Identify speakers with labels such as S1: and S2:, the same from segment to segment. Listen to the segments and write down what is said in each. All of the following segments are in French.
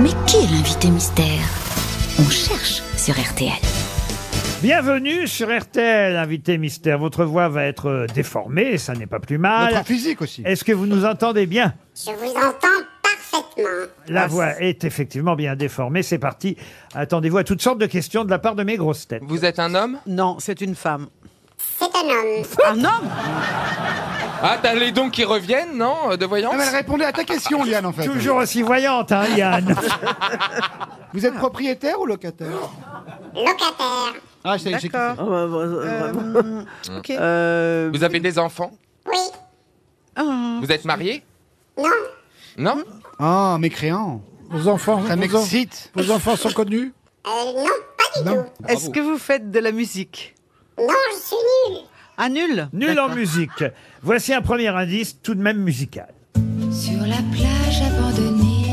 S1: Mais qui est l'invité mystère On cherche sur RTL.
S2: Bienvenue sur RTL, invité mystère. Votre voix va être euh, déformée, ça n'est pas plus mal.
S3: Notre physique aussi.
S2: Est-ce que vous nous entendez bien
S4: Je vous entends parfaitement.
S2: La voix est effectivement bien déformée. C'est parti. Attendez-vous à toutes sortes de questions de la part de mes grosses têtes.
S5: Vous êtes un homme
S6: Non, c'est une femme.
S4: C'est un homme.
S6: Un homme
S5: Ah, t'as les dons qui reviennent, non euh, De voyance
S3: Ah, mais elle répondait à ta question, Liane, en fait.
S2: Toujours aussi voyante, hein, Yann.
S3: Vous êtes propriétaire ou locataire
S4: Locataire.
S3: Ah, j'ai j'ai
S6: D'accord.
S7: bah,
S6: Ok. Euh,
S5: Vous avez des enfants
S4: Oui.
S5: Vous êtes marié
S4: Non.
S5: Non
S3: Ah, mécréant.
S8: Vos enfants,
S3: Ça
S8: vos, en-
S3: m'excite.
S8: vos enfants sont connus
S4: Euh, non, pas du tout.
S6: Est-ce que vous faites de la musique
S4: Non, je suis nul.
S6: Ah, nul
S2: Nul en musique. Voici un premier indice, tout de même musical.
S9: Sur la plage abandonnée,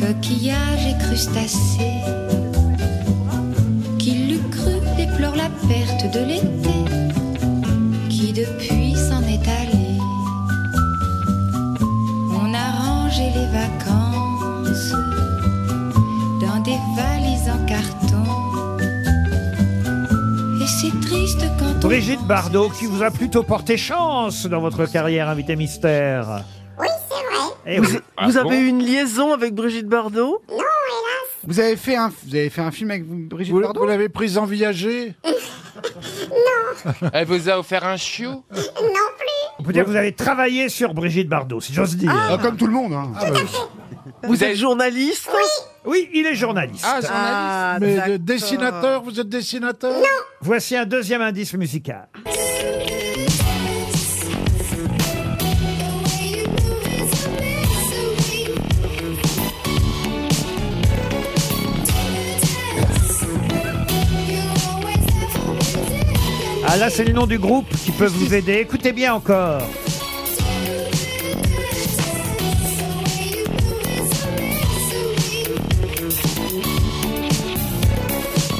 S9: coquillages et crustacés, qui l'eût cru déplore la perte de l'été, qui depuis s'en est allé. On a rangé les vacances dans des valises en carton. Et c'est triste quand on
S2: Brigitte
S9: pense-
S2: Bardot, qui vous a plutôt porté chance dans votre carrière, invité mystère.
S4: Oui, c'est vrai.
S2: Eh oui.
S7: Vous avez eu une liaison avec Brigitte Bardot
S6: Euh,
S3: Vous avez fait un, vous avez fait un film avec vous- Brigitte
S8: Vous,
S3: Bardot
S8: vous l'avez prise en viager
S5: Elle vous a offert un chiot
S4: Non plus.
S2: On peut dire que vous avez travaillé sur Brigitte Bardot, si j'ose dire.
S3: Ah, Comme tout le monde. hein.
S7: Vous
S5: avez-
S7: êtes journaliste
S2: Oui, il est journaliste.
S5: Ah, journaliste
S6: Ah,
S8: bah, Mais
S6: d'accord.
S8: le dessinateur, vous êtes dessinateur
S2: Voici un deuxième indice musical. Ah là, c'est le nom du groupe qui peut vous aider. Écoutez bien encore.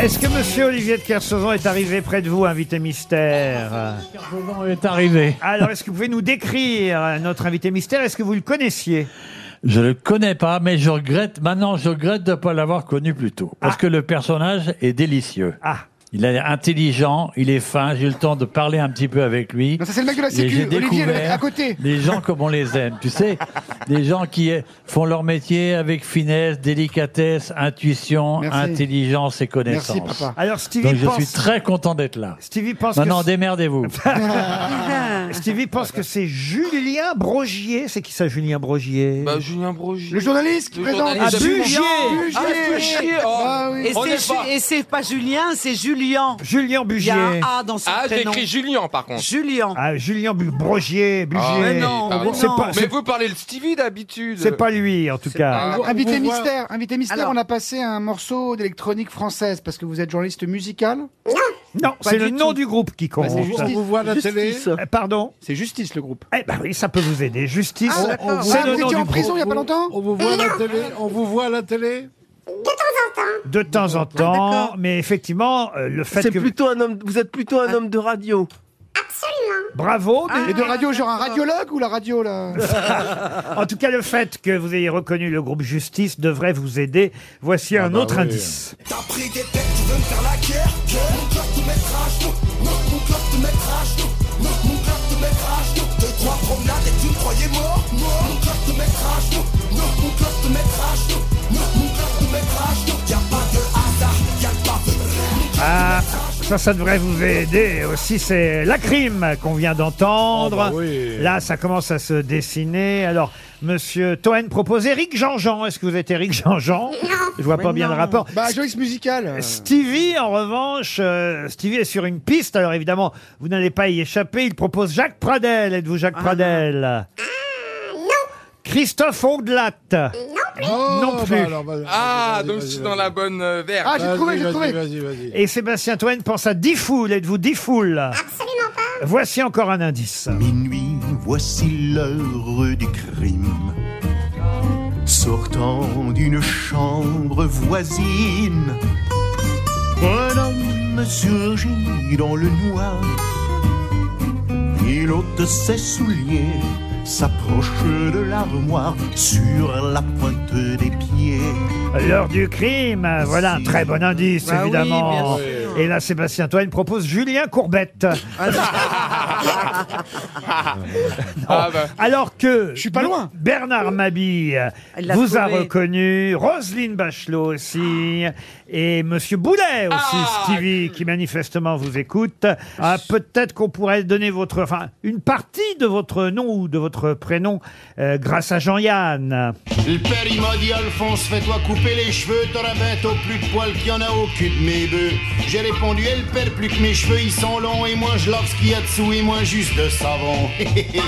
S2: Est-ce que Monsieur Olivier de Kersauzon est arrivé près de vous, invité mystère
S8: Comment est arrivé
S2: Alors, est-ce que vous pouvez nous décrire euh, notre invité mystère Est-ce que vous le connaissiez
S10: Je le connais pas, mais je regrette, maintenant je regrette de ne pas l'avoir connu plus tôt. Parce
S3: Ah.
S10: que le personnage est délicieux.
S2: Ah,
S10: Il est intelligent, il est fin, j'ai eu le temps de parler un petit peu avec lui.
S3: Non, ça, c'est le mec de la
S10: Et
S3: sécu,
S10: j'ai
S3: Olivier, le mec
S10: découvert
S3: à côté.
S10: Les gens comme on les aime, tu sais. Des gens qui eh, font leur métier avec finesse, délicatesse, intuition,
S3: Merci.
S10: intelligence et connaissance.
S3: Merci, papa.
S2: alors Stevie
S10: Donc je
S2: pense.
S10: suis très content d'être là.
S2: Stevie pense
S10: Maintenant,
S2: que c'est-
S10: démerdez-vous.
S2: Stevie pense que c'est Julien Brogier. C'est qui ça, Julien Brogier
S5: Bah, Julien Brogy.
S3: Le journaliste qui
S5: Le
S3: présente.
S5: journaliste.
S2: Ah, Bugier.
S3: Bugier.
S5: Ah, Bugier, oh.
S3: Ah, oui.
S6: Et
S5: On
S6: c'est
S5: n'est pas.
S6: Ju- et c'est pas Julien, c'est Julian. Il
S2: Julien
S6: y
S2: Bugier.
S6: a un A dans son
S5: Ah, j'ai
S6: prénom.
S5: écrit Julien, par contre.
S6: Julian.
S2: Ah, Julien Bu- Brogier. Bugier.
S5: Ah,
S6: mais
S5: oui,
S6: non,
S5: pardon.
S6: mais
S2: C'est
S6: non.
S2: pas-
S5: Mais vous parlez le Stevie d'habitude.
S2: C'est pas lui, en tout cas.
S5: pas-
S8: Vous-
S3: Invité
S8: vous voir-
S3: mystère, invité mystère,
S6: Alors.
S3: on a passé un morceau d'électronique française parce que vous êtes journaliste musical.
S2: Non, c'est
S3: du
S2: le
S3: tout.
S2: nom du groupe qui compte.
S3: c'est juste-
S8: On vous voit à la télé
S7: Justice.
S2: Euh, Pardon
S3: C'est Justice le groupe.
S2: Eh ben oui, ça peut vous aider. Justice,
S6: Ah, d'accord.
S2: c'est
S3: Ah,
S2: le
S3: vous
S2: nom
S3: étiez
S2: du
S3: en
S2: groupe.
S3: prison il y a pas longtemps
S8: On vous voit à la télé On vous voit à la télé
S2: De temps en temps, mais effectivement, euh, le fait
S7: C'est
S2: que...
S7: plutôt un homme. Vous êtes plutôt
S6: Ah.
S7: un homme de radio.
S4: Absolument.
S2: Bravo, mais-
S3: Et de radio, genre un radiologue ou la radio là
S2: En tout cas, le fait que vous ayez reconnu le groupe Justice devrait vous aider. Voici
S8: Ah
S2: un
S8: bah
S2: autre indice. Ah, ça, ça devrait vous aider aussi. C'est la crime qu'on vient d'entendre.
S8: Ah bah oui.
S2: Là, ça commence à se dessiner. Alors, Monsieur Toen propose Eric Jean-Jean. Est-ce que vous êtes Eric Jean-Jean Je vois pas bien le rapport.
S3: Bah, journaliste musical. euh.
S2: Stevie, en revanche, euh, Stevie est sur une piste. Alors évidemment, vous n'allez pas y échapper. Il propose Jacques Pradel. Êtes-vous Jacques
S4: Ah.
S2: Pradel
S4: Euh,
S2: Christophe Ondelat.
S8: Oh,
S3: bah,
S2: Non plus.
S8: alors, vas-y,
S5: Ah,
S8: vas-y,
S5: donc je
S8: vas-y,
S5: suis
S8: vas-y.
S5: dans la bonne euh, verve.
S3: Ah, j'ai
S8: Vas-y,
S3: trouvé, j'ai
S8: vas-y,
S3: trouvé.
S8: Vas-y, vas-y.
S2: Et Sébastien Toen pense à Diffoul. Êtes-vous Diffoul
S4: Absolument pas.
S2: Voici encore un indice.
S11: Minuit, voici l'heure du crime. Sortant d'une chambre voisine, un homme surgit dans le noir. Il ôte ses souliers, s'approche de l'armoire sur la pointe des pieds.
S2: L'heure du crime, voilà un très bon indice
S11: Bah oui,
S2: évidemment.
S11: bien sûr.
S2: Et là, Sébastien Toine propose Julien Courbette.
S5: Ah bah.
S2: Alors que je suis
S5: pas loin.
S2: Bernard Mabille
S5: Elle l'a
S2: vous a
S5: trouvé. Ah.
S2: reconnu, Roselyne Bachelot aussi, et Monsieur Boulet aussi, Stevie, qui manifestement vous écoute. Ah, Peut-être qu'on pourrait donner votre, enfin, une partie de votre nom ou de votre prénom euh, grâce à Jean-Yann.
S12: Le père, il m'a dit, Alphonse, fais-toi couper les cheveux, t'auras bête au plus de poils qu'il y en a au cul de mes bœufs. J'ai répondu, elle perd plus que mes cheveux, ils sont longs, et moi je lave ce qu'il y a dessous, et moi juste de savon. Hé, hé, hé.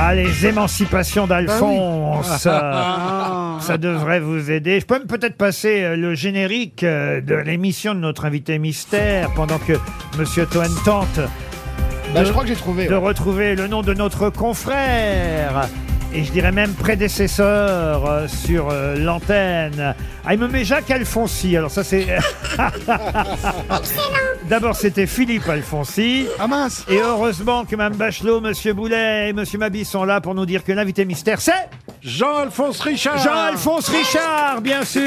S2: Ah, les émancipations
S5: Bah
S2: d'Alphonse.
S12: Ah.
S2: Euh, Ça devrait vous aider. Je peux même peut-être passer euh, le générique euh, de l'émission de notre invité mystère pendant que Monsieur Toen tente
S3: Bah, je crois que j'ai trouvé,
S2: de
S3: ouais.
S2: retrouver le nom de notre confrère. Et je dirais même prédécesseur euh, sur euh, l'antenne. Ah, il me met Jacques Alfonsi. Alors ça, c'est... D'abord, c'était Philippe Alfonsi.
S3: Ah,
S2: Et heureusement que Mme Bachelot, Monsieur Boulet et Monsieur Mabi sont là pour nous dire que l'invité mystère, c'est... Jean-Alphonse Richard Jean-Alphonse Richard, bien sûr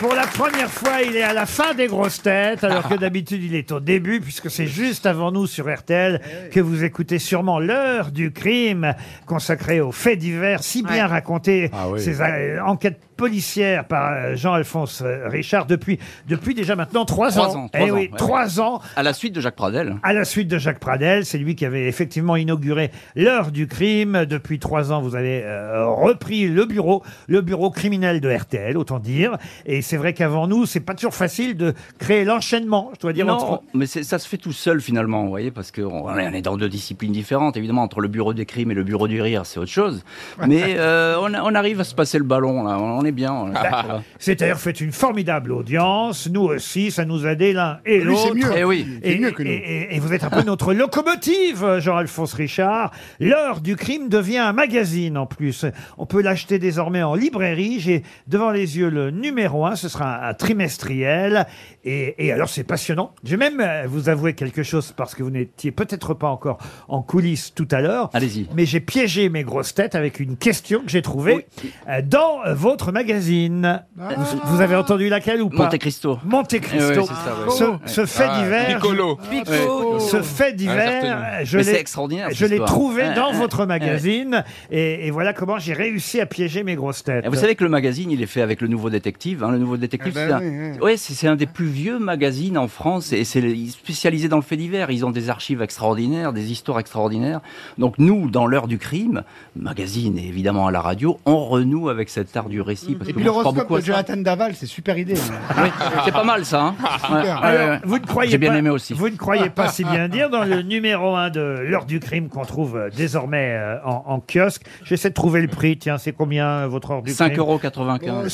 S2: pour la première fois, il est à la fin des grosses têtes, alors
S13: Ah.
S2: que d'habitude, il est au début, puisque c'est juste avant nous sur RTL
S13: Eh
S2: que vous écoutez sûrement l'heure du crime consacrée aux faits divers, si bien raconté
S13: Ah
S14: oui.
S2: ces euh, enquêtes policières par euh, Jean-Alphonse euh, Richard depuis, depuis déjà maintenant trois,
S13: Trois ans, trois
S2: Eh
S13: ans,
S2: oui,
S13: ouais,
S2: trois ans
S13: À la suite de Jacques Pradel.
S2: à la suite de Jacques Pradel, c'est lui qui avait effectivement inauguré l'heure du crime. Depuis trois ans, vous avez euh, repris le bureau, le bureau criminel de RTL, autant dire. Et c'est vrai qu'avant nous, c'est pas toujours facile de créer l'enchaînement, je dois dire.
S13: Non,
S2: entre-
S13: mais c'est- ça se fait tout seul finalement, vous voyez, parce qu'on on est on est dans deux disciplines différentes. Évidemment, entre le bureau des crimes et le bureau du rire, c'est autre chose. Mais euh, on, a- on arrive à se passer le ballon, là. On, on est bien. on- ça va.
S2: C'est d'ailleurs fait une formidable audience. Nous aussi, ça nous a aidé l'un et
S13: Lui, c'est
S2: l'autre.
S13: mieux. Eh oui.
S2: Et,
S13: C'est mieux que nous.
S2: et- et- et vous êtes un peu notre locomotive, Jean-Alphonse Richard. L'heure du crime devient un magazine en plus. On peut l'acheter désormais en librairie. J'ai devant les yeux le numéro 1. Ce sera un, un trimestriel. Et, et alors, c'est passionnant. Je vais même euh, vous avouer quelque chose parce que vous n'étiez peut-être pas encore en coulisses tout à l'heure.
S13: Allez-y.
S2: Mais j'ai piégé mes grosses têtes avec une question que j'ai trouvée euh, dans euh, votre magazine. Vous, vous avez entendu laquelle ou pas
S13: Monte Cristo.
S2: Monte
S13: Ah. Eh
S2: Cristo.
S13: ouais, c'est ça, ouais.
S2: Ce-
S13: Oh.
S2: ce, fait
S13: Ah,
S2: divers.
S13: Piccolo. Piccolo.
S2: Ce fait
S13: Ah, j'ai
S2: divers,
S13: retenu.
S2: je
S13: Mais c'est
S2: l'ai-
S13: extraordinaire,
S2: Je
S13: cette
S2: l'ai
S13: histoire. Ah,
S2: trouvé
S13: Ouais,
S2: dans
S13: ouais,
S2: votre
S13: ouais.
S2: magazine et, et voilà comment j'ai réussi à piéger mes grosses têtes.
S13: Et Ah, vous savez que le magazine, il est fait avec le Nouveau Détective. hein. Le Nouveau Détective,
S2: Eh ben
S3: Bah,
S13: c'est un-
S2: oui, oui.
S13: ouais, c'est c'est un des plus vieux magazines en France et c'est le- il est spécialisé dans le fait divers. Ils ont des archives extraordinaires, des histoires extraordinaires. Donc nous, dans l'heure du crime, magazine et évidemment à la radio, on renoue avec cet art du récit. Parce
S3: Et
S13: que
S3: puis
S13: moi, je crois
S3: l'horoscope
S13: beaucoup à
S3: de
S13: ça.
S3: Jonathan Daval, c'est super idée. hein.
S13: Oui, c'est pas mal ça. hein. Ouais, ouais,
S2: Alors,
S13: ouais.
S2: vous ne croyez
S13: J'ai bien
S2: pas-
S13: aimé aussi.
S2: Vous ne croyez pas si bien dire dans le numéro 1 de l'heure du crime qu'on trouve euh, désormais euh, en, en kiosque. J'essaie de trouver le prix. Tiens, c'est combien euh, votre heure du crime
S13: 5,95.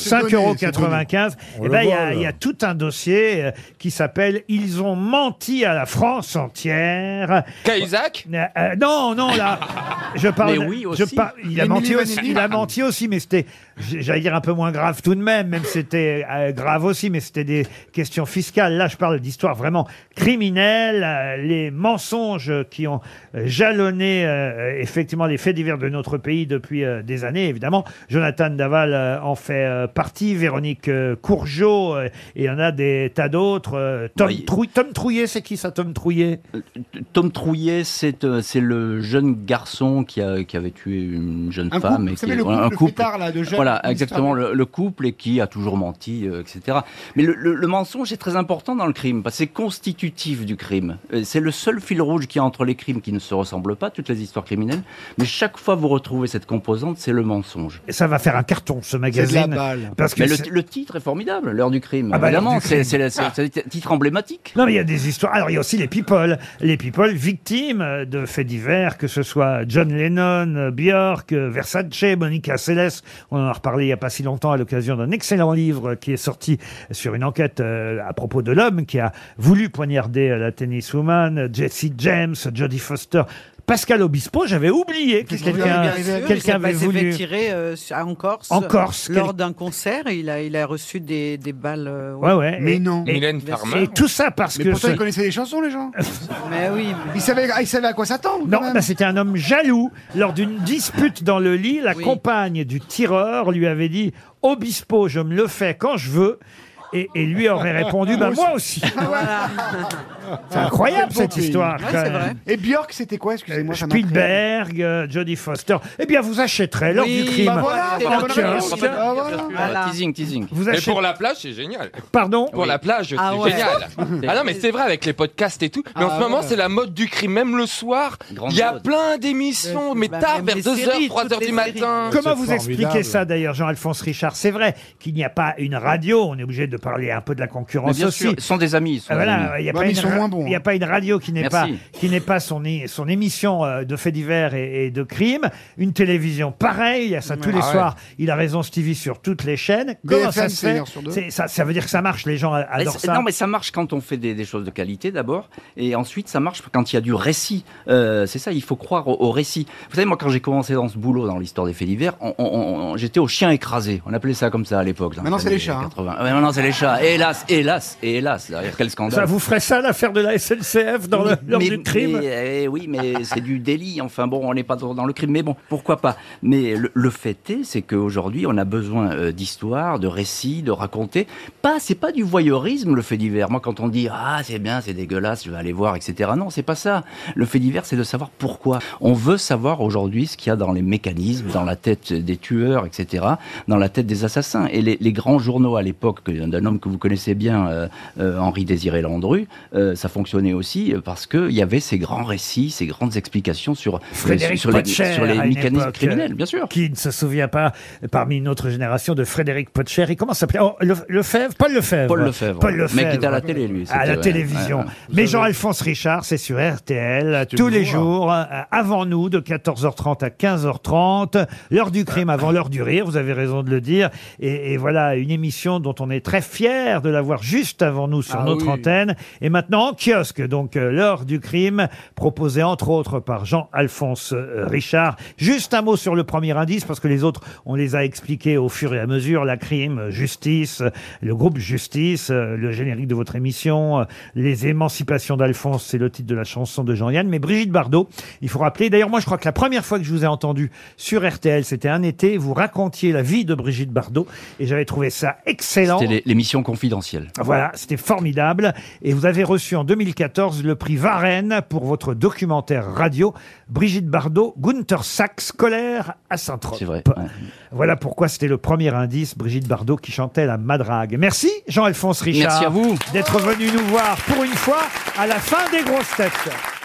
S2: 5,95
S13: On
S2: Eh
S13: le
S2: ben, il y,
S13: voit,
S2: a-
S13: Oh là.
S2: il y a tout un dossier euh, qui s'appelle Ils ont menti à la France entière.
S5: Cahuzac
S2: Euh, euh, Non, non, là. Je parle.
S5: Mais oui,
S2: je
S5: aussi.
S2: par- il, a
S5: Émilie
S2: menti aussi,
S5: Vanilli.
S2: il a menti aussi, mais c'était, j- j'allais dire, un peu moins grave tout de même, même si c'était euh, grave aussi, mais c'était des questions fiscales. Là, je parle d'histoires vraiment criminelles, euh, les mensonges qui ont euh, jalonné euh, effectivement les faits divers de notre pays depuis euh, des années, évidemment. Jonathan Daval euh, en fait euh, partie, Véronique euh, Courgeot, euh, et il y en a des tas d'autres. euh, Tom, Trouy- Tom Trouillet, c'est qui ça, Tom Trouillet
S13: Tom Trouillet, c'est euh, c'est le jeune garçon qui, a- qui avait tué une jeune
S3: Un
S13: femme.
S3: couple,
S13: et
S3: vous
S13: qui,
S3: savez, le
S13: voilà,
S3: couple fêtard, là, de jeunes,
S13: Voilà,
S3: une
S13: exactement,
S3: histoire.
S13: le, le couple et qui a toujours menti, euh, etc. Mais le, le- le mensonge est très important dans le crime, parce que c'est constitutif du crime. Euh, C'est le seul fil rouge qu'il y a entre les crimes qui ne se ressemblent pas, toutes les histoires criminelles. Mais chaque fois vous retrouvez cette composante, c'est le mensonge.
S2: Et ça va faire un carton, ce magazine. Parce que
S13: Mais le,
S2: c'est-
S13: le titre est formidable, l'heure du crime.
S2: Ah bah, l'heure
S13: Évidemment,
S2: du
S13: c'est
S2: crime.
S13: c'est la- c'est-
S2: Ah.
S13: c'est un titre emblématique.
S2: Non, mais il y a des histoires. Alors, il y a aussi les people. Les people victimes euh, de faits divers, que ce soit John Lennon, euh, Björk, euh, Versace, Monica Seles. On en a reparlé il n'y a pas si longtemps à l'occasion d'un excellent livre qui est sorti sur une enquête euh, à propos de l'homme qui a voulu poignarder euh, la tenniswoman, euh, Jessie James, Jodie Foster. Pascal Obispo, j'avais oublié que quelqu'un quelqu'un avait voulu.
S6: Il s'est fait tirer euh, sur- en Corse. euh,
S2: En Corse,
S6: Lors
S2: quel-
S6: d'un concert, et il a, il a reçu des, des balles. euh,
S2: Ouais, ouais. Et- et-
S6: Bien sûr.
S2: Et tout ça parce
S3: mais
S2: que.
S3: pourtant,
S2: ce-
S3: ils connaissaient les chansons, les gens.
S6: mais oui.
S3: Ils savaient, ils savaient à quoi s'attendre.
S2: Non,
S3: quand même.
S2: bah, c'était un homme jaloux. Lors d'une dispute dans le lit, la compagne du tireur lui avait dit Obispo, je me le fais quand je veux. Et, et lui aurait répondu bah, Moi aussi. C'est
S3: Ah,
S2: incroyable cette histoire. quand même.
S3: Et Björk, c'était quoi Excusez-moi. ça m'a créé.
S2: Spielberg, euh, Jodie Foster. Eh bien, vous achèterez l'heure
S3: Oui,
S2: du crime.
S3: bah voilà,
S2: en
S3: c'est la bonne
S2: kiosque.
S3: réponse. Ah, voilà.
S13: Voilà, Teasing, teasing.
S2: Vous
S5: Mais
S2: achetez-
S5: pour la plage, c'est génial.
S2: Pardon
S5: Pour la plage, c'est
S2: Ah ouais.
S5: génial. ah non, mais c'est vrai avec les podcasts et tout. Mais en
S2: Ah
S5: ce moment,
S2: ouais.
S5: c'est la mode du crime. Même le soir, il y a plein d'émissions, mais
S2: Bah,
S5: tard,
S2: même
S5: vers
S2: les
S5: 2h,
S2: séries,
S5: 3h
S2: toutes
S5: du
S2: les
S5: matin.
S2: séries. Comment vous expliquez ça d'ailleurs, Jean-Alphonse Richard C'est vrai qu'il n'y a pas une radio, on est obligé de parler un peu de la
S13: Mais
S2: concurrence
S13: bien
S2: aussi.
S13: sûr, ils Oh, sont des amis. ils sont hein.
S2: Ah,
S13: des
S2: voilà,
S13: amis.
S2: il n'y a, pas une ra- il y a pas une radio qui n'est pas,
S13: Merci.
S2: qui n'est pas son, é- son émission euh, de faits divers et, et de crimes. Une télévision, pareil, il y a ça tous
S3: Ah
S2: les
S3: ouais.
S2: soirs. Il a raison, Stevie, sur toutes les chaînes. Comment
S13: BFM,
S2: ça
S13: c'est une
S2: se
S13: heure sur
S2: fait
S13: deux.
S2: C'est- ça, ça veut dire que ça marche, les gens
S13: Mais
S2: adorent
S13: c'est-
S2: ça.
S13: Non, mais ça marche quand on fait des, des choses de qualité d'abord, et ensuite ça marche quand il y a du récit. Euh, c'est ça, il faut croire au, au récit. Vous savez, moi quand j'ai commencé dans ce boulot, dans l'histoire des faits divers, on- on- on- j'étais au chien écrasé. On appelait ça comme ça à l'époque. dans
S3: Maintenant, c'est
S13: années
S3: les chats, hein.
S13: 80. Ah, mais maintenant c'est les chats. Hélas, hélas, et hélas. Derrière quel scandale.
S2: Ça vous ferait ça l'affaire de la SNCF dans le- l'heure
S13: Mais-
S2: du crime
S13: mais, eh oui, mais c'est du délit. Enfin bon, on n'est pas dans dans le crime, mais bon, pourquoi pas. Mais le, le fait est, c'est qu'aujourd'hui, on a besoin euh, d'histoires, de récits, de raconter. Pas, c'est pas du voyeurisme le fait divers. Moi, quand on dit ah c'est bien, c'est dégueulasse, je vais aller voir, etc. Non, c'est pas ça. Le fait divers, c'est de savoir pourquoi. On veut savoir aujourd'hui ce qu'il y a dans les mécanismes, dans la tête des tueurs, etc., dans la tête des assassins. Et les, les grands journaux à l'époque, que- d'un homme que vous connaissez bien, euh, euh, Henri Désiré Landru, euh, ça fonctionnait aussi euh, parce qu'il y avait ces grands récits, ces grandes explications sur, euh,
S2: Frédéric
S13: sur les,
S2: Potcher,
S13: sur les
S2: à une
S13: mécanismes
S2: époque,
S13: criminels.
S2: euh,
S13: bien sûr.
S2: Qui ne se souvient pas, euh, parmi notre génération, de Frédéric Potcher Et comment s'appelait oh, Le- Lefebvre Paul Lefebvre.
S13: Paul Lefebvre,
S2: Paul
S13: ouais. Le mec
S2: Lefebvre.
S13: qui était à la télé, lui,
S2: À
S13: c'était,
S2: la
S13: ouais,
S2: télévision.
S13: ouais, ouais.
S2: Mais Jean-Alphonse Richard, c'est sur RTL, tous les jours, euh, avant nous, de 14h30 à 15h30. L'heure du crime avant l'heure du rire, vous avez raison de le dire. Et, et voilà, une émission dont on est très fiers de l'avoir juste avant nous sur
S14: Ah
S2: notre
S14: oui.
S2: antenne. Et maintenant en kiosque, donc euh, l'heure du crime, proposée entre autres par Jean-Alphonse euh, Richard. Juste un mot sur le premier indice, parce que les autres, on les a expliqués au fur et à mesure. La crime, euh, justice, euh, le groupe justice, euh, le générique de votre émission, euh, les émancipations d'Alphonse, c'est le titre de la chanson de Jean-Yann. Mais Brigitte Bardot, il faut rappeler, d'ailleurs moi je crois que la première fois que je vous ai entendu sur RTL, c'était un été, vous racontiez la vie de Brigitte Bardot, et j'avais trouvé ça excellent.
S13: C'était les- l'émission confidentielle.
S2: Voilà, c'était formidable. Et vous avez reçu en 2014 le prix Varenne pour votre documentaire radio Brigitte Bardot, Gunther Sachs, colère à Saint-Trope.
S13: C'est vrai,
S2: Voilà pourquoi c'était le premier indice, Brigitte Bardot qui chantait la madrague. Merci Jean-Alphonse Richard
S13: Merci à vous.
S2: d'être venu nous voir pour une fois à la fin des grosses têtes.